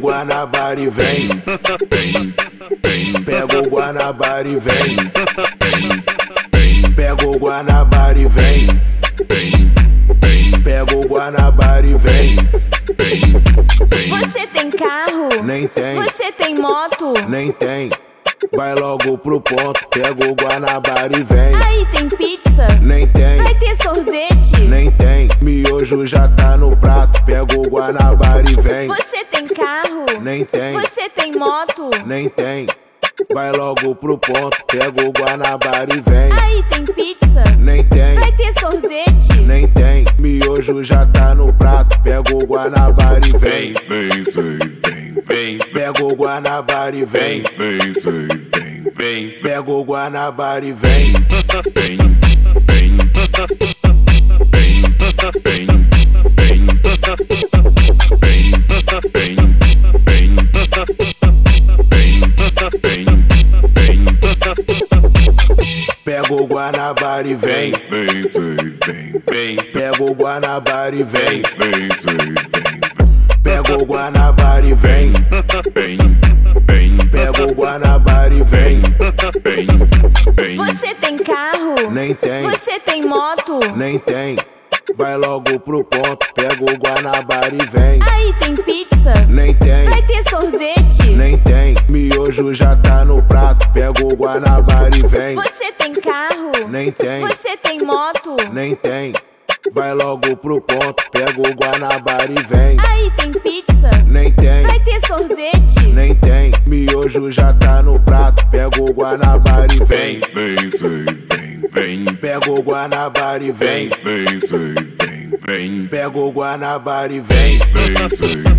Guanabara e vem. Pega o Guanabara e vem. Pega o Guanabara e vem. Pega o Guanabara e vem. Você tem carro? Nem tem, Você tem moto? nem tem. Vai logo pro ponto. Pega o Guanabara e vem. Aí tem pizza? Nem tem, Vai ter sorvete? nem tem. Miojo já tá no prato. Pega o Guanabara e vem. Você tem carro? Nem tem. Você tem moto? Nem tem. Vai logo pro ponto, pega o Guanabara e vem. Aí tem pizza? Nem tem, Vai ter sorvete? nem tem. Miojo já tá no prato, pega o Guanabara e vem. vem, vem, vem, Pega o Guanabara e vem. vem, vem, vem, vem, Pega o Guanabara e vem. bem, bem, bem, bem, bem, bem, bem, bem, bem, bem, bem. Pega o Guanabara e vem. Vem, vem, vem, Pega o Guanabara e vem. vem, Pega o Guanabara e vem. vem, vem, Pega o Guanabara e vem. bem, bem, Você tem carro? Nem tem, Você tem moto? nem tem. Vai logo pro ponto, pega o Guanabara e vem. Aí tem pizza? Nem tem. Vai ter sorvete? Nem tem, miojo já tá no prato. Pega o Guanabara e vem. Você tem carro? Nem tem, Você tem moto? nem tem. Vai logo pro ponto, pega o Guanabara e vem. Aí tem pizza? Nem tem, Vai ter sorvete? nem tem. Miojo já tá no prato. Pega o Guanabara e vem. vem, vem, vem, Pega o Guanabara e vem. vem, vem, vem, Pega o Guanabara e vem. vem, vem.